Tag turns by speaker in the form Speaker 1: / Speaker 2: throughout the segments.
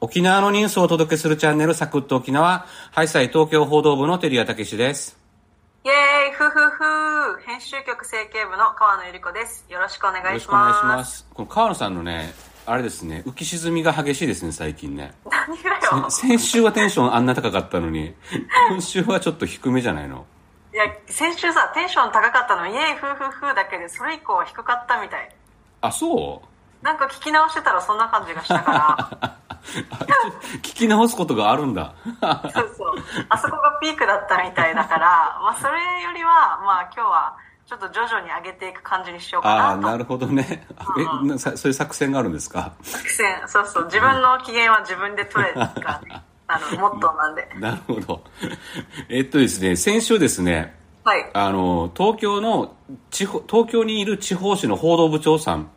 Speaker 1: 沖縄のニュースをお届けするチャンネルサクッと沖縄、ハイサイ東京報道部の照屋武史です。
Speaker 2: イエーイふふふ編集局整形部の川野ゆり子です。よろしくお願
Speaker 1: よろ
Speaker 2: い
Speaker 1: し
Speaker 2: し
Speaker 1: くお願
Speaker 2: ま
Speaker 1: い
Speaker 2: す。
Speaker 1: します。この河野さんのね、あれですね、浮き沈みが激しいですね、最近ね。
Speaker 2: 何がよ。
Speaker 1: 先週はテンションあんな高かったのに、今週はちょっと低めじゃないの。
Speaker 2: いや、先週さ、テンション高かったの、イエーイふふふだけで、それ以降は低かったみたい。
Speaker 1: あ、そう
Speaker 2: なんか聞き直してたらそんな感じがし たか
Speaker 1: あ聞き直すことがあるんだ。
Speaker 2: ら、そうそう。あそこがピークだったみたいだから、まあそれよりは、まあ今日は、ちょっと徐々に上げていく感じにしよう
Speaker 1: ああ、
Speaker 2: かなと。
Speaker 1: なるほどね。えなさ、そういう作戦があるんですか
Speaker 2: 苦戦そうそう。自分の機嫌は自分で取れが、ね、あの、モットーなんで。
Speaker 1: なるほど。えっとですね、先週ですね、
Speaker 2: はい。
Speaker 1: あの、東京の、地方、東京にいる地方紙の報道部長さん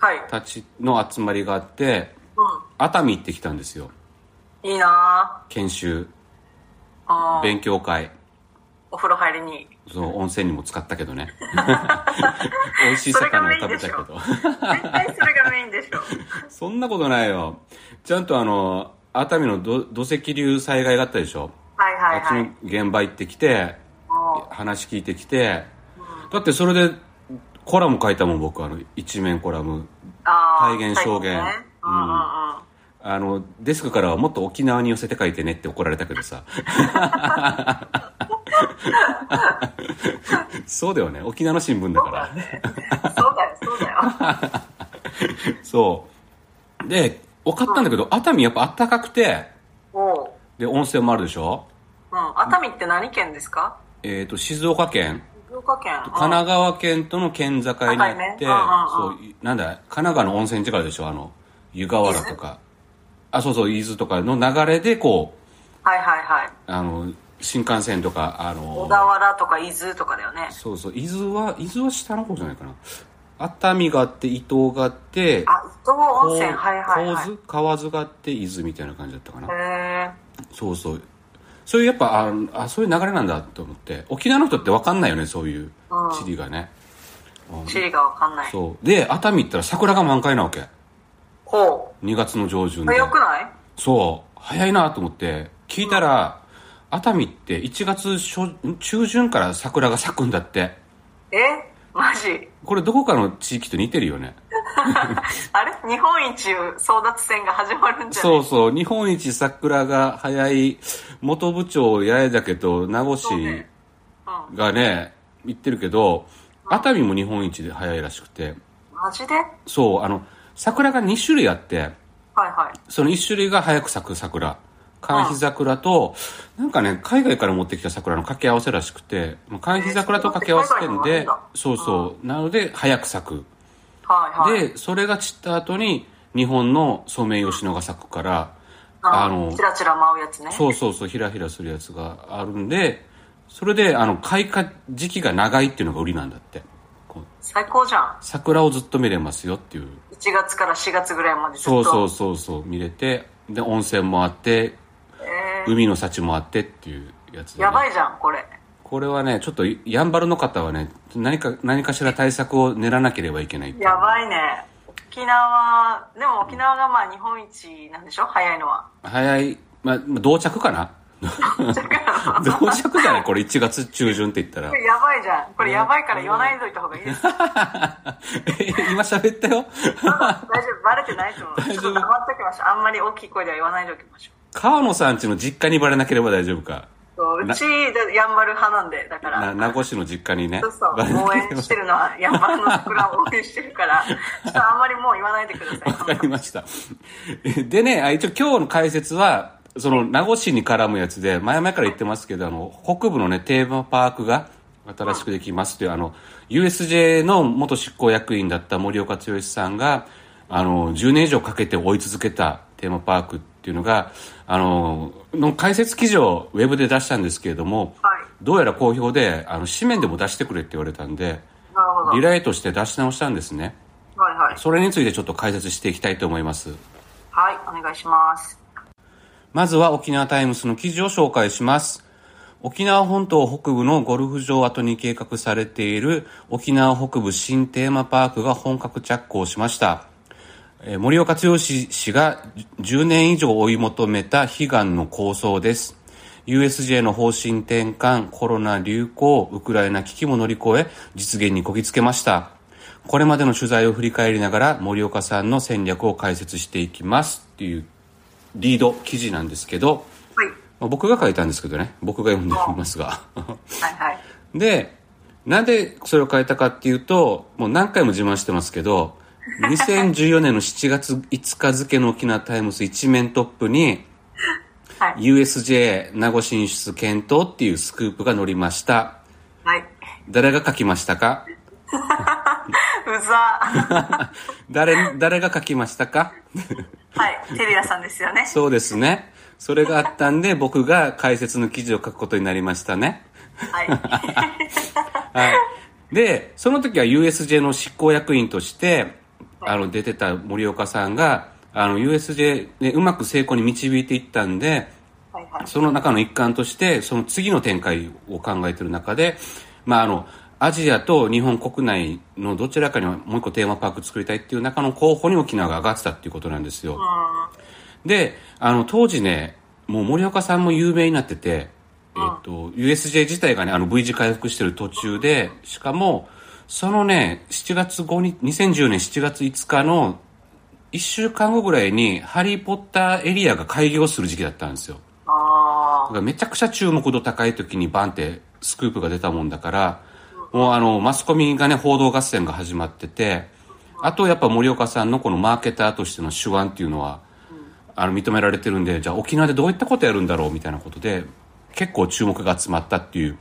Speaker 2: はい。
Speaker 1: たちの集まりがあって、
Speaker 2: う
Speaker 1: 熱海行ってきたんですよ。
Speaker 2: ん。いいな
Speaker 1: 研修、
Speaker 2: ぁ。あー
Speaker 1: 勉強会。
Speaker 2: お風呂入りに。
Speaker 1: その温泉にも使ったけど ね。美味しい魚を食べたけ
Speaker 2: そ
Speaker 1: ど。
Speaker 2: 絶対それがメイン でしょ。
Speaker 1: そんなことないよ。ちゃんとあの、熱海のど土石流災害があったでしょ。
Speaker 2: はいは
Speaker 1: あ
Speaker 2: い
Speaker 1: っち
Speaker 2: は
Speaker 1: の
Speaker 2: い。
Speaker 1: 現場行ってきて、
Speaker 2: も
Speaker 1: 話聞いてきて、だってそれでコラム書いたもん僕あの一面コラム
Speaker 2: うあー
Speaker 1: 体現証言
Speaker 2: 最後ねうんうんうん。
Speaker 1: あのデスクからはもっと沖縄に寄せて書いてねって怒られたけどさそうだよね沖縄の新聞だから
Speaker 2: そうだよ、そうだよ。
Speaker 1: そうで分かったんだけど熱海やっぱあったかくて
Speaker 2: おう。
Speaker 1: で温泉もあるでしょ
Speaker 2: うん。熱海って何県ですか
Speaker 1: えっ、と静岡県
Speaker 2: 静岡県。
Speaker 1: 神奈川県との県境にあって、
Speaker 2: 高
Speaker 1: そういなんだ神奈川の温泉地からでしょあの湯河原とかあそうそう伊豆とかの流れでこ
Speaker 2: うんはいはいはい。
Speaker 1: うあの新幹線とかあ
Speaker 2: 小
Speaker 1: の
Speaker 2: 田原とか伊豆とかだよね。
Speaker 1: そうそう伊豆は伊豆は下の方じゃないかな熱海があって伊東があって
Speaker 2: あ、伊東温泉、
Speaker 1: こう
Speaker 2: はいはいは
Speaker 1: 神津河津があって伊豆みたいな感じだったかな、
Speaker 2: い。へ
Speaker 1: そうそうそういうやっぱああそういう流れなんだと思って沖縄の人って分かんないよねそういう地理がね、
Speaker 2: え。地理がわかんない。
Speaker 1: そうで熱海行ったら桜が満開なわけ
Speaker 2: ほ
Speaker 1: 2月の上旬
Speaker 2: う。
Speaker 1: で
Speaker 2: よくない
Speaker 1: そう早いなと思って聞いたら、熱海って1月初中旬から桜が咲くんだって
Speaker 2: えマジ
Speaker 1: これどこかの地域と似てるよね
Speaker 2: あれ日本一争奪戦が始まるんじゃない
Speaker 1: そうそう日本一桜が早い元部長八重岳と名護市
Speaker 2: そうねう
Speaker 1: がね行ってるけど熱海も日本一で早いらしくて
Speaker 2: マジではい
Speaker 1: そうあの桜が2種類あって
Speaker 2: はい。
Speaker 1: その1種類が早く咲く桜寒肥桜と、なんかね海外から持ってきた桜の掛け合わせらしくてまあ寒肥桜と掛け合わせてん
Speaker 2: えー
Speaker 1: で、
Speaker 2: そ
Speaker 1: そうそうなので早く咲く、
Speaker 2: はいはい。
Speaker 1: でそれが散った後に日本のソメイヨシノが咲くから、
Speaker 2: あ
Speaker 1: あの
Speaker 2: チラチラ舞うやつね。
Speaker 1: そうそうそうひらひらするやつがあるんでそれであの開花時期が長いっていうのが売りなんだってこう
Speaker 2: 最高じゃん。
Speaker 1: 桜をずっと見れますよっていう
Speaker 2: 1月から4月ぐらいまでずっ
Speaker 1: そ
Speaker 2: と。
Speaker 1: うそうそうそう見れてで温泉もあって
Speaker 2: え
Speaker 1: 海の幸もあってっていうやつ
Speaker 2: ー
Speaker 1: で、ね、
Speaker 2: やばいじゃん、これ。
Speaker 1: これはねちょっとやんばるの方はね何か何かしら対策を練らなければいけないっていう
Speaker 2: やばいね。沖縄、でも沖縄がまあ日本一なんでしょ早いのは。
Speaker 1: 早い、まあ、まあ同着かな 同着じゃないこれ1月中旬って言ったら
Speaker 2: これやばいじゃん。これやばいから言わないでおいた方がいいです。大丈
Speaker 1: え今喋ったよ
Speaker 2: 夫、バレてな いと思う。ちょっと黙っておきましょう。あんまり大きい声では言わないでおきましょう。
Speaker 1: 川野さんちの実家にバレなければ大丈夫か
Speaker 2: そううち、やんばる派なんで、だから。
Speaker 1: な名護市の実家にね
Speaker 2: そうそう
Speaker 1: バレな
Speaker 2: 応
Speaker 1: ければ
Speaker 2: 援してるのはヤンバルの桜を応援してる からちょっとあんまりもう言わないでくだ
Speaker 1: わ
Speaker 2: さ
Speaker 1: か
Speaker 2: い
Speaker 1: りました。でね、あ一応今日の解説は、その名護市に絡むやつで、前々から言ってますけど、あの、北部のね、テーマパークが新しくできますという、あの、USJ の元執行役員だった森岡剛さんが、あの、10年以上かけて追い続けたテーマパークっていうのが、あの、の解説記事をウェブで出したんですけれども、
Speaker 2: はい
Speaker 1: どうやら好評で、あの、紙面でも出してくれって言われたんで、
Speaker 2: なるほど
Speaker 1: リライとして出し直したんですね。
Speaker 2: はいはい
Speaker 1: それについてちょっと解説していきたいと思います。
Speaker 2: はいお願いします
Speaker 1: まずは沖縄タイムスの記事を紹介します。沖縄本島北部のゴルフ場跡に計画されている沖縄北部新テーマパークが本格着工しました。えー森岡剛氏が10年以上追い求めた悲願の構想です。USJ の方針転換、コロナ流行、ウクライナ危機も乗り越え、実現にこぎつけました。これまでの取材を振り返りながら、森岡さんの戦略を解説していきますっていうリード記事なんですけど、
Speaker 2: はい。
Speaker 1: まあ僕が書いたんですけどね、僕が読んでおりますが。
Speaker 2: はいはい。
Speaker 1: で、なんでそれを変えたかっていうと、もう何回も自慢してますけど、2014年の7月5日付の沖縄タイムス一面トップに、
Speaker 2: はい。
Speaker 1: USJ 名護進出検討っていうスクープが載りました。
Speaker 2: はい。
Speaker 1: 誰が書きましたか
Speaker 2: うざ。
Speaker 1: 誰、誰が書きましたか
Speaker 2: はい。テリアさんですよね。
Speaker 1: そうですね。それがあったんで、僕が解説の記事を書くことになりましたね。
Speaker 2: はい。
Speaker 1: はい。で、その時は USJ の執行役員として、あの、出てた森岡さんが、あの、USJ、ね、うまく成功に導いていったんで、
Speaker 2: はいはい。
Speaker 1: その中の一環として、その次の展開を考えてる中で、まあ、あの、アジアと日本国内のどちらかにもう一個テーマパーク作りたいっていう中の候補に沖縄が上がってたっていうことなんですよ。で、あの、当時ね、もう森岡さんも有名になってて、えっ、と、USJ 自体がね、あの V 字回復してる途中で、しかも、そのね、7月5日、2010年7月5日の1週間後ぐらいに、ハリーポッターエリアが開業する時期だったんですよ。
Speaker 2: あ
Speaker 1: だからめちゃくちゃ注目度高い時にバンってスクープが出たもんだから、もうあの、マスコミがね、報道合戦が始まってて、あとやっぱ森岡さんのこのマーケターとしての手腕っていうのは、あの、認められてるんで、じゃあ沖縄でどういったことやるんだろうみたいなことで、結構注目が集まったっていう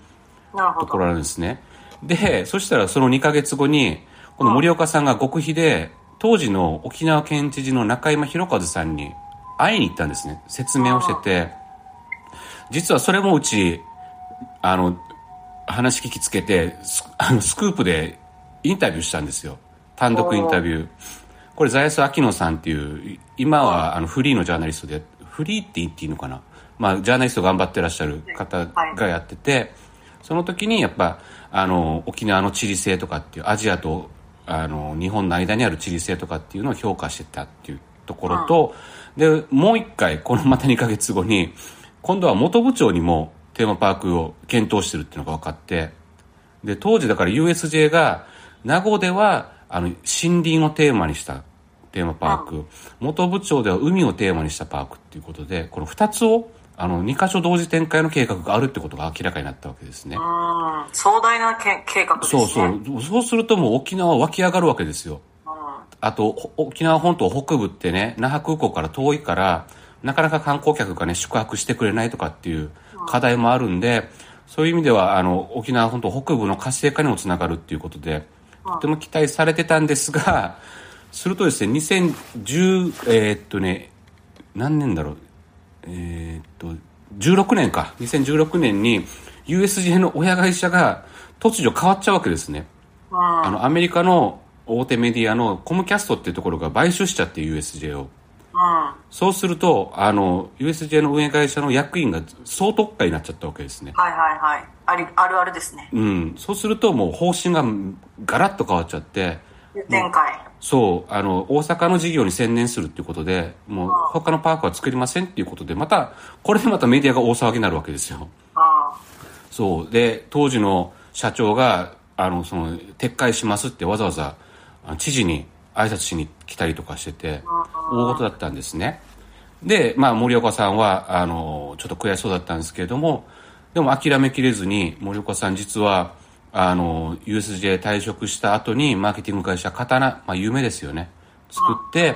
Speaker 2: あ。なるほ
Speaker 1: と
Speaker 2: ど。
Speaker 1: ころなんですね。で、そしたらその2ヶ月後に、この森岡さんが極秘で、当時の沖縄県知事の中山博和さんに会いに行ったんですね。説明をしてて、実はそれもうち、あの、話聞きつけて、スあのスクープでインタビューしたんですよ。単独インタビュー。これ、ザヤス・アキノさんっていう、い今はあのフリーのジャーナリストで、フリーって言っていいのかなまあ、ジャーナリスト頑張ってらっしゃる方がやってて、その時にやっぱ、あの、沖縄の地理性とかっていう、アジアと、あの、日本の間にある地理性とかっていうのを評価してたっていうところと、で、もう一回、このまた2ヶ月後に、今度は元部長にもテーマパークを検討してるっていうのが分かって、で、当時だから USJ が、名護では、あの、森林をテーマにしたテーマパーク、元部長では海をテーマにしたパークっていうことで、この二つを、あの、二箇所同時展開の計画があるってことが明らかになったわけですね。
Speaker 2: うん。壮大なけ計画ですね。
Speaker 1: そうそう。そうするともう沖縄は湧き上がるわけですよ。あと、ほ沖縄本島北部ってね、那覇空港から遠いから、なかなか観光客がね、宿泊してくれないとかっていう課題もあるんで、そういう意味では、あの、沖縄本島北部の活性化にもつながるっていうことで、とても期待されてたんですが、するとですね、2010、えーっとね、何年だろう、えーっと、16年か。2016年に USJ の親会社が突如変わっちゃうわけですね。あの、アメリカの大手メディアのコムキャストっていうところが買収しちゃって USJ を。そうすると、あの、USJ の運営会社の役員が総特化になっちゃったわけですね。
Speaker 2: はいはいはい。あり、あるあるですね。
Speaker 1: うん。そうするともう方針がガラッと変わっちゃって、
Speaker 2: 前回。
Speaker 1: そう、あの、大阪の事業に専念するっていうことで、もう他のパークは作りませんっていうことで、また、これでまたメディアが大騒ぎになるわけですよ。
Speaker 2: あ
Speaker 1: そう。で、当時の社長が、あの、その、撤回しますってわざわざ、あの知事に挨拶しに来たりとかしてて、大事だったんですね。で、まあ、森岡さんは、あの、ちょっと悔しそうだったんですけれども、でも諦めきれずに、森岡さん実は、あの、USJ 退職した後に、マーケティング会社、刀、まあ、有名ですよね。作って、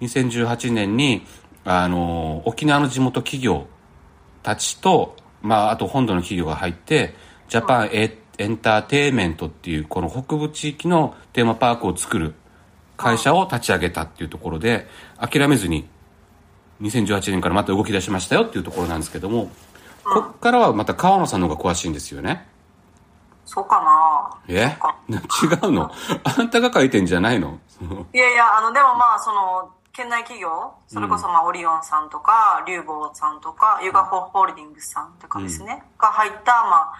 Speaker 1: 2018年に、あの、沖縄の地元企業たちと、まあ、あと本土の企業が入って、ジャパンエエンターテイメントっていう、この北部地域のテーマパークを作る会社を立ち上げたっていうところで、諦めずに、2018年からまた動き出しましたよっていうところなんですけども、こっからはまた川野さんの方が詳しいんですよね。
Speaker 2: そうかな
Speaker 1: え違うのあんたが書いてんじゃない の
Speaker 2: いやいや、あの、でもまあ、その、県内企業、それこそまあ、オリオンさんとか、リュウボウさんとか、ユガホホールディングスさんとかですね、が入った、まあ、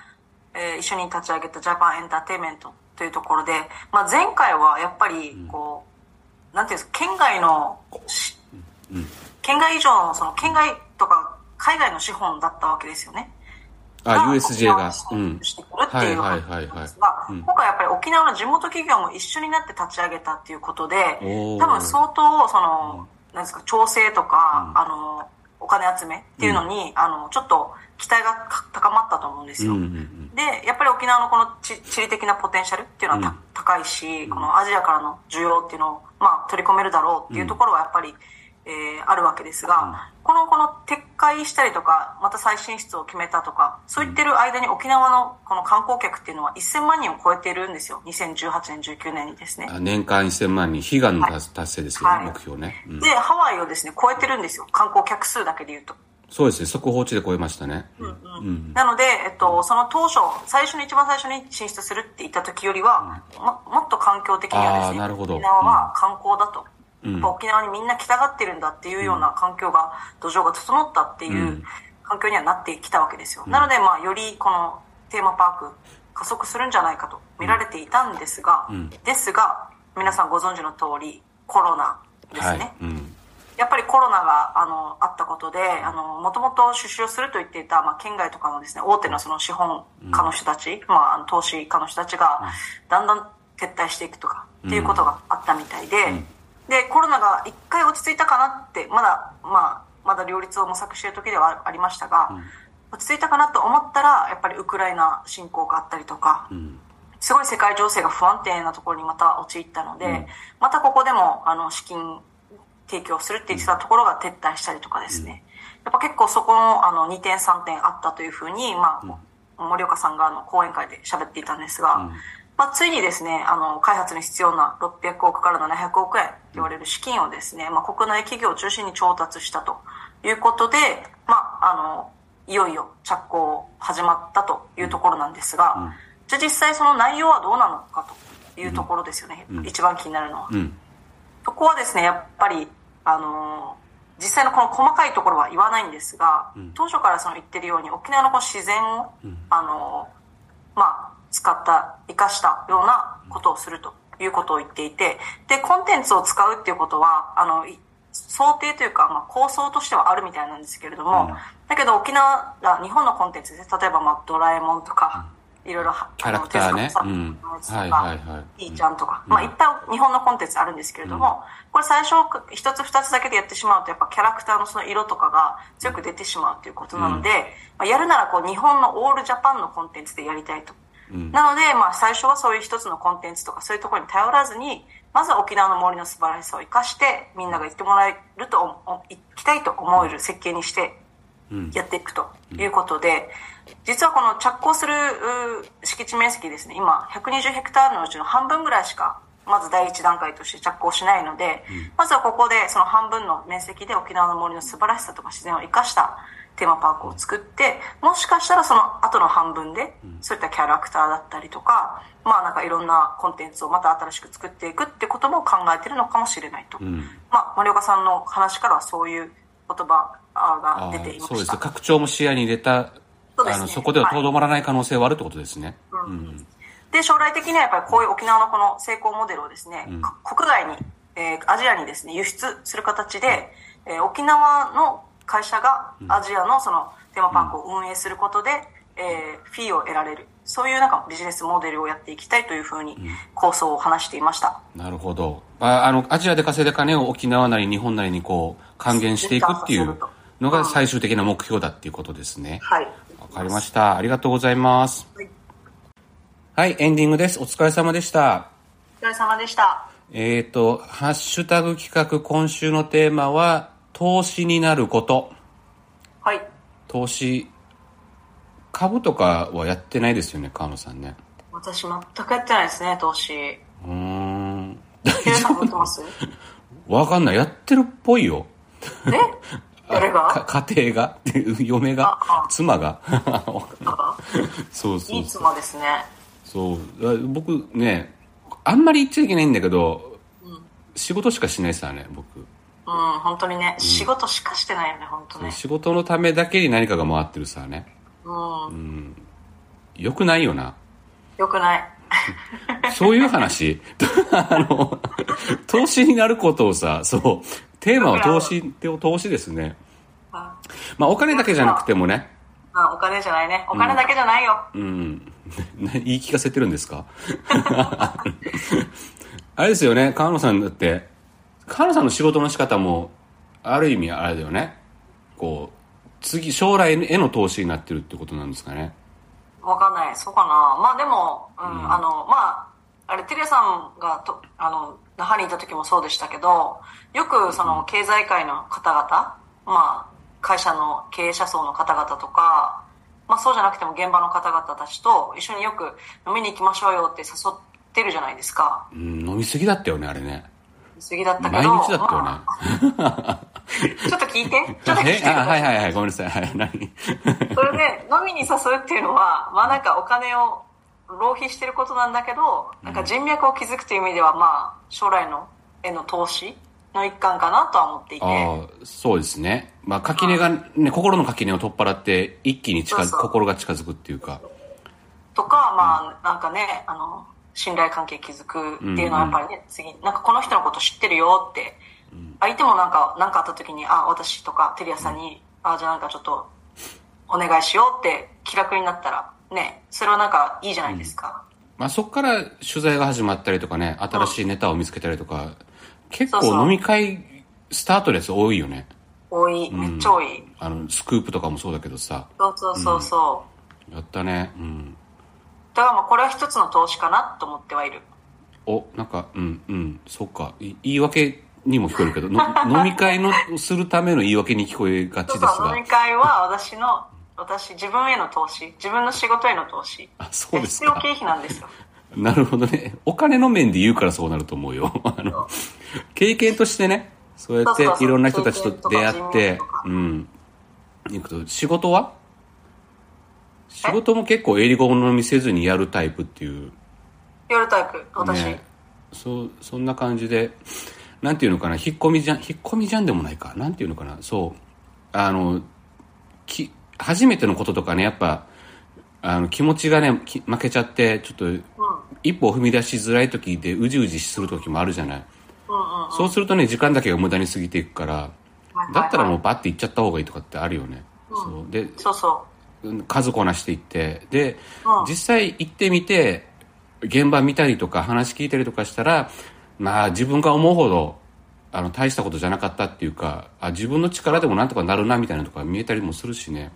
Speaker 2: えー一緒に立ち上げたジャパンエンターテイメントというところで、まあ、前回はやっぱり、こう、なんていうんですか、県外の、し県外以上の、その県外とか海外の資本だったわけですよね。
Speaker 1: あ、USJ
Speaker 2: 沖縄
Speaker 1: が
Speaker 2: に。
Speaker 1: う
Speaker 2: 進
Speaker 1: ん
Speaker 2: 出。してくるっていう
Speaker 1: はい
Speaker 2: 話
Speaker 1: はいはいはい
Speaker 2: なんですが、
Speaker 1: うん
Speaker 2: 今回やっぱり沖縄の地元企業も一緒になって立ち上げたっていうことで、
Speaker 1: おー
Speaker 2: 多分相当、その、なんですか、調整とか、
Speaker 1: うん
Speaker 2: あの、お金集めっていうのに、あの、ちょっと期待が高まったと思うんです
Speaker 1: うん
Speaker 2: よ。
Speaker 1: うんうん。
Speaker 2: で、やっぱり沖縄のこの地地理的なポテンシャルっていうのはた、
Speaker 1: うん
Speaker 2: 高いし、このアジアからの需要っていうのを、まあ、取り込めるだろうっていうところはやっぱり、えーあるわけですが、この、この撤回したりとか、また再進出を決めたとか、そういってる間に沖縄のこの観光客っていうのは1000万人を超えているんですよ。2018年、19年にですね。
Speaker 1: あ年間1000万人、悲願の達達成ですよね、
Speaker 2: はい
Speaker 1: 目標ね、うん
Speaker 2: で、ハワイをですね、超えてるんですよ。観光客数だけで言うと。
Speaker 1: そうですね、速報値で超えましたね。うんうん
Speaker 2: なので、えっと、その当初、最初に一番最初に進出するって言った時よりは、ももっと環境的にはです
Speaker 1: あー
Speaker 2: ね、
Speaker 1: なるほど
Speaker 2: 沖縄は観光だと、
Speaker 1: うん
Speaker 2: やっぱ沖縄にみんな来たがってるんだっていうような環境が、土壌が整ったっていううん環境にはなってきたわけですよ。なので、まあ、よりこのテーマパーク、加速するんじゃないかと見られていたんですが、
Speaker 1: ん
Speaker 2: ですが、皆さんご存知の通り、コロナです
Speaker 1: は
Speaker 2: ね。
Speaker 1: い。うん。
Speaker 2: やっぱりコロナがあのあったことで、あのもともと出資をすると言っていた、まあ、県外とかのですね、大手のその資本家の人たち、まああの、投資家の人たちが、だんだん撤退していくとか、っていうことがあったみたいで、で、コロナが一回落ち着いたかなって、まだ、まあ、まだ両立を模索している時ではありましたが、落ち着いたかなと思ったら、やっぱりウクライナ侵攻があったりとか、
Speaker 1: うん。
Speaker 2: すごい世界情勢が不安定なところにまた陥ったので、
Speaker 1: ん
Speaker 2: またここでもあの資金提供するって言ってたところが撤退したりとかですね、やっぱ結構そこのあの2点3点あったというふうに、まあ森岡さんがあの講演会で喋っていたんですが、まあ、ついにですねあの開発に必要な600億から700億円と言われる資金をですね、まあ、国内企業を中心に調達したということで、まあ、あのいよいよ着工始まったというところなんですが、じゃあ実際その内容はどうなのかというところですよね、一番気になるのは、
Speaker 1: うん。
Speaker 2: そこはですねやっぱり、あのー実際のこの細かいところは言わないんですが、当初からその言ってるように沖縄のこの自然を、あのーまあ、使った生かしたようなことをするということを言っていてでコンテンツを使うっていうことはあのい想定というか、まあ、構想としてはあるみたいなんですけれども、
Speaker 1: うん
Speaker 2: だけど沖縄が日本のコンテンツですね例えば、まあ「ドラえもん」とか、いろいろは
Speaker 1: キャラクターね。
Speaker 2: あ
Speaker 1: う
Speaker 2: の
Speaker 1: ん。
Speaker 2: 手塚治虫さん
Speaker 1: はい
Speaker 2: とか
Speaker 1: はいはい。
Speaker 2: いいちゃんとか、まあいっぱい日本のコンテンツあるんですけれども、これ最初一つ二つだけでやってしまうとやっぱキャラクターのその色とかが強く出てしまうということなので、まあ、やるならこう日本のオールジャパンのコンテンツでやりたいと。
Speaker 1: うん
Speaker 2: なので、まあ最初はそういう一つのコンテンツとかそういうところに頼らずに、まずは沖縄の森の素晴らしさを生かして、みんなが行ってもらえると思、行きたいと思える設計にして
Speaker 1: うん。
Speaker 2: やっていくということで、実はこの着工するうー敷地面積ですね、今、120ヘクタールのうちの半分ぐらいしか、まず第一段階として着工しないので、まずはここでその半分の面積で沖縄の森の素晴らしさとか自然を生かしたテーマパークを作って、もしかしたらその後の半分で、そういったキャラクターだったりとか、まあなんかいろんなコンテンツをまた新しく作っていくってことも考えてるのかもしれないと。
Speaker 1: うん。
Speaker 2: まあ森岡さんの話からはそういう言葉あ
Speaker 1: あ
Speaker 2: ーが出てい
Speaker 1: あ、
Speaker 2: ました。
Speaker 1: そうですね。拡張も視野に入れた、
Speaker 2: そうです
Speaker 1: あ
Speaker 2: ね
Speaker 1: の、そこではとどまらない可能性はあるってことですね。うん。
Speaker 2: で、将来的にはやっぱりこういう沖縄のこの成功モデルをですね、か国外に、えーアジアにですね、輸出する形で、えー沖縄の会社がアジアのそのテーマパークを運営することで、えーフィーを得られる。そういうなんかビジネスモデルをやっていきたいというふうに構想を話していました。
Speaker 1: なるほど。ああの、アジアで稼いだ金を沖縄なり日本なりにこう、還元していくっていうのが最終的な目標だっていうことですね。
Speaker 2: はい。
Speaker 1: わかりました。ありがとうございます
Speaker 2: はい。
Speaker 1: はい、エンディングです。お疲れ様でした。
Speaker 2: お疲れ様でした。
Speaker 1: えっ、と、ハッシュタグ企画、今週のテーマは、投資になること。
Speaker 2: はい。
Speaker 1: 投資、株とかはやってないですよね、河野さんね。
Speaker 2: 私全くやってないですね、投資。
Speaker 1: うーん。
Speaker 2: ヒさん持ってます
Speaker 1: わかんない。やってるっぽいよ。
Speaker 2: え誰
Speaker 1: か
Speaker 2: が
Speaker 1: 家庭が、嫁が
Speaker 2: ああ、
Speaker 1: 妻が。 そうそ
Speaker 2: いうい
Speaker 1: そう。
Speaker 2: 妻ですね。
Speaker 1: そう。あ僕ね、あんまり言っちゃいけないんだけど、仕事しかしないさね、僕。
Speaker 2: うん、本当にね、仕事しかしてないよね、本当ね。
Speaker 1: 仕事のためだけに何かが回ってるさね。
Speaker 2: うん。
Speaker 1: よくないよな。
Speaker 2: よくない。
Speaker 1: そういう話 あの、投資になることをさ、そう、テーマは投資、投資ですね。
Speaker 2: あ
Speaker 1: まあ、お金だけじゃなくてもね、
Speaker 2: あお金じゃないね。お金だけじゃないよ。
Speaker 1: うん、言い聞かせてるんですか あれですよね、河野さんだって、河野さんの仕事の仕方も、ある意味あれだよね、こう、次、将来への投資になってるってことなんですかね。
Speaker 2: わかんない。そうかな。まあでも、うん、あの、まあ、あれ、テレさんがと、あの、那覇にいた時もそうでしたけど、よくその経済界の方々、まあ、会社の経営者層の方々とか、まあそうじゃなくても現場の方々たちと一緒によく飲みに行きましょうよって誘ってるじゃないですか。
Speaker 1: うん、飲みすぎだったよね、あれね。
Speaker 2: 過ぎだったけど、
Speaker 1: 毎日だったよね。
Speaker 2: まあちょっ と聞いて、ちょっと聞いて
Speaker 1: え。あ、はいはいはい、ごめんなさい。はい、何
Speaker 2: それで飲みに誘うっていうのは、まあなんかお金を浪費してることなんだけど、なんか人脈を築くという意味では、まあ将来のへの投資の一環かなとは思っていて、
Speaker 1: ああ、そうですね。まあ、垣根がね、心の垣根を取っ払って、一気に近づ
Speaker 2: そうそう
Speaker 1: 心が近づくっていうか。
Speaker 2: とか、まあなんかね、あの、信頼関係築くっていうのはやっぱりね、次、なんかこの人のこと知ってるよって、相手もなんか、なんかあった時に、あ、私とかテリアさんに、あ、じゃあなんかちょっとお願いしようって気楽になったら、ね、それはなんかいいじゃないですか。
Speaker 1: まあ、そこから取材が始まったりとかね、新しいネタを見つけたりとか、結
Speaker 2: そうそ
Speaker 1: 構
Speaker 2: う
Speaker 1: 飲み会スタートのやつ多いよね。
Speaker 2: 多い、めっちゃ多い。
Speaker 1: あの、スクープとかもそうだけどさ。
Speaker 2: そうそうそうそう。
Speaker 1: やったね。うん。
Speaker 2: だからまあこれは一つの投資かなと思ってはいる。
Speaker 1: お、なんか、うん、うん、そっか。い言い訳にも聞こえるけ ど、の飲み会のするための言い訳に聞こえがち
Speaker 2: そ
Speaker 1: です
Speaker 2: うそう、
Speaker 1: が
Speaker 2: 飲み。会は私の、私、自分への投資、自分の仕事への投資。
Speaker 1: あ、そうです
Speaker 2: 必要
Speaker 1: か。
Speaker 2: 経費なんですよ。
Speaker 1: なるほどね。お金の面で言うからそうなると思うよ。 あの、経験としてね、そうやっ
Speaker 2: そうそうそ
Speaker 1: て
Speaker 2: う
Speaker 1: いろんな人たちと出会っ
Speaker 2: 経験
Speaker 1: て
Speaker 2: とか、
Speaker 1: うん。行くと、仕事は仕事も結構営利好みせずにやるタイプっていう。
Speaker 2: 夜タイプ、私。
Speaker 1: ね。そう、そんな感じで、なんていうのかな、引っ込みじゃん、引っ込みじゃんでもないか。なんていうのかな、そう。あの、き、初めてのこととかね、やっぱ、あの、気持ちがね、き負けちゃって、ちょっと、一歩踏み出しづらい時で、うじうじする時もあるじゃない。そうするとね、時間だけが無駄に過ぎていくから、
Speaker 2: はい
Speaker 1: だったらもうバッて行っちゃった方がいいとかってあるよね。そう。で、
Speaker 2: そうそ
Speaker 1: 数こなしていってで、
Speaker 2: うん
Speaker 1: 実際行ってみて現場見たりとか話聞いたりとかしたらまあ自分が思うほどあの大したことじゃなかったっていうかあ自分の力でもなんとかなるなみたいなのとか見えたりもするしね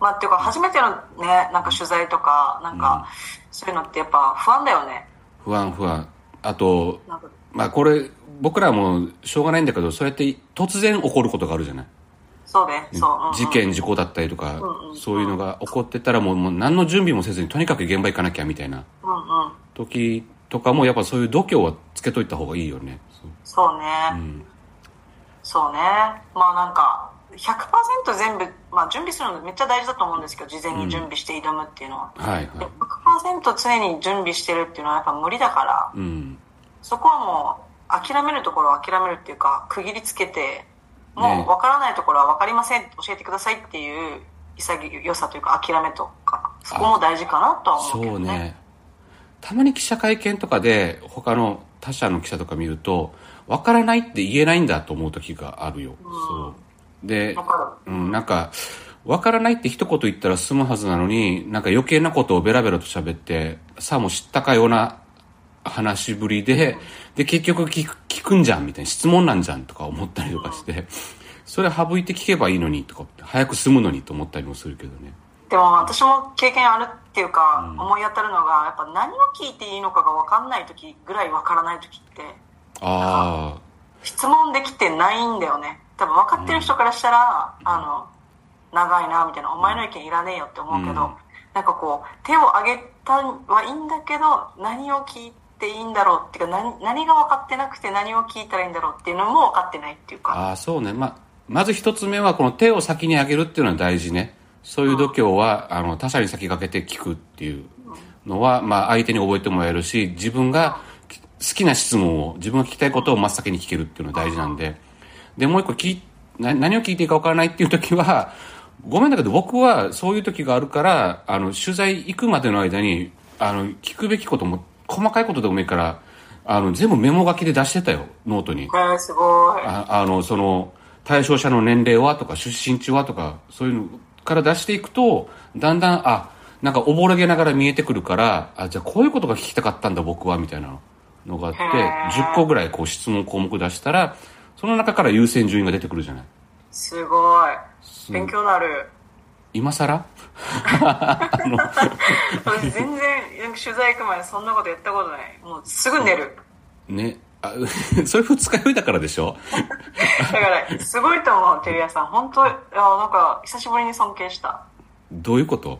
Speaker 2: う。まあっていうか、初めてのね、なんか取材とか、なんか、そういうのってやっぱ不安だよね。
Speaker 1: 不安不安あと
Speaker 2: なんか
Speaker 1: まあこれ僕らもしょうがないんだけどそうやって突然起こることがあるじゃない
Speaker 2: そうね、そう。うんうん
Speaker 1: 事件事故だったりとか、
Speaker 2: うん
Speaker 1: そういうのが起こってたらもうもう何の準備もせずにとにかく現場行かなきゃみたいな
Speaker 2: うんうん。
Speaker 1: 時とかもやっぱそういう度胸はつけといた方がいいよねそう
Speaker 2: そうね。そうね。まあなんか、100%全部、まあ準備するのめっちゃ大事だと思うんですけど、事前に準備して挑むっていうのは。
Speaker 1: はいはい
Speaker 2: 100%常に準備してるっていうのはやっぱ無理だから、
Speaker 1: うん
Speaker 2: そこはもう諦めるところは諦めるっていうか、区切りつけて、も
Speaker 1: ね
Speaker 2: う分からないところは分かりません、教えてくださいっていう潔さというか諦めとか、そこも大事かなとは思うけ
Speaker 1: そ
Speaker 2: ど
Speaker 1: う
Speaker 2: ね。
Speaker 1: ねたまに記者会見とかで他の他社の記者とか見ると分からないって言えないんだと思う時があるよ、そうで
Speaker 2: わ、か
Speaker 1: うん、なんか分からないって一言言ったら済むはずなのになんか余計なことをベラベラと喋ってさも知ったかような話しぶりでで結局聞く聞くんじゃんみたいな質問なんじゃんとか思ったりとかしてそれ省いて聞けばいいのにとか早く済むのにと思ったりもするけどね
Speaker 2: る。でも私も経験あるっていうか、思い当たるのが、やっぱ何を聞いていいのかが分かんない時ぐらい分からない時って、
Speaker 1: ああ
Speaker 2: 質問できてないんだよね多分分かってる人からしたら、あの長いなみたいなお前の意見いらねえよって思うけど、
Speaker 1: うん
Speaker 2: なんかこう手を挙げたはいいんだけど何を聞いていいんだろうっていうか何何が分かってなくて何を聞いたらいいんだろうっていうのも分かってないっていうか
Speaker 1: ああそうねままず一つ目はこの手を先に上げるっていうのは大事ねそういう度胸はあの他者に先駆けて聞くっていうのは、まあ、相手に覚えてもらえるし自分がき好きな質問を自分が聞きたいことを真っ先に聞けるっていうのは大事なんででもう一個聞いな何を聞いていいか分からないっていう時はごめんだけど僕はそういう時があるからあの取材行くまでの間にあの、聞くべきことも、細かいことでもいいから、あの、全部メモ書きで出してたよ、ノートに。
Speaker 2: えー、すごい。
Speaker 1: ああの、その、対象者の年齢はとか、出身地はとか、そういうのから出していくと、だんだん、あ、なんかおぼろげながら見えてくるから、あ、じゃあこういうことが聞きたかったんだ僕は、みたいなのがあって、
Speaker 2: へー
Speaker 1: 10個ぐらいこう質問項目出したら、その中から優先順位が出てくるじゃない。
Speaker 2: すご
Speaker 1: す
Speaker 2: い。勉強なる。
Speaker 1: 今更
Speaker 2: 私全然取材行く前そんなことやったことない。もうすぐ寝る。
Speaker 1: ね。あ それ二日酔いだからでしょ
Speaker 2: だから、すごいと思う、テリアさん。本当いや、なんか、久しぶりに尊敬した。
Speaker 1: どういうこと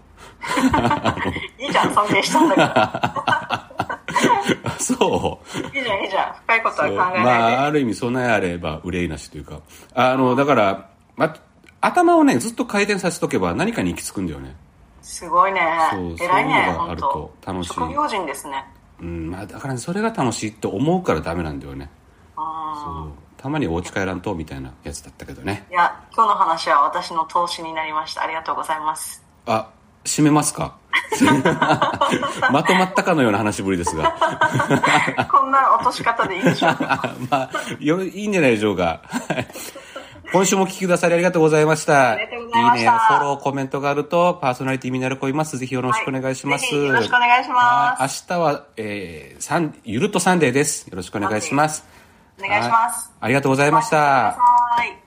Speaker 2: いいじゃん、尊敬したんだか
Speaker 1: そう。
Speaker 2: ら。いいじゃん、いいじゃん。深いことは
Speaker 1: そう
Speaker 2: 考え
Speaker 1: ま
Speaker 2: ないで。
Speaker 1: あ、ある意味備えあれば憂いなしというかあのだから、ま、頭をねずっと回転させとけば何かに行き着くんだよね、
Speaker 2: すごいね
Speaker 1: そう。
Speaker 2: 偉い
Speaker 1: そう
Speaker 2: ね、
Speaker 1: いうのがあ
Speaker 2: 本
Speaker 1: る
Speaker 2: 当
Speaker 1: と楽しい
Speaker 2: 職業人ですね。
Speaker 1: うんまあ、だから、それが楽しいと思うからダメなんだよね
Speaker 2: うん。
Speaker 1: そうたまにお家帰らんとみたいなやつだったけどね
Speaker 2: いや、今日の話は私の投資になりました。ありがとうござい ます。
Speaker 1: あ締めますか まとまったかのような話ぶりですが
Speaker 2: こんな落とし方でいいでしょうか。
Speaker 1: あまあよいいんじゃないでしょうか はい今週もお聞きくださりありがとうございました。
Speaker 2: ありがとうございました
Speaker 1: いいね、フォロー、コメントがあると、パーソナリティになる子います。ぜひよろしくお願いします。
Speaker 2: はぜひよろしくお願いしま
Speaker 1: はい明日は、えー、サンゆるっとサンデーです。よろしくお願いします。
Speaker 2: す。お願いします。
Speaker 1: はいありがとうございました。
Speaker 2: はい。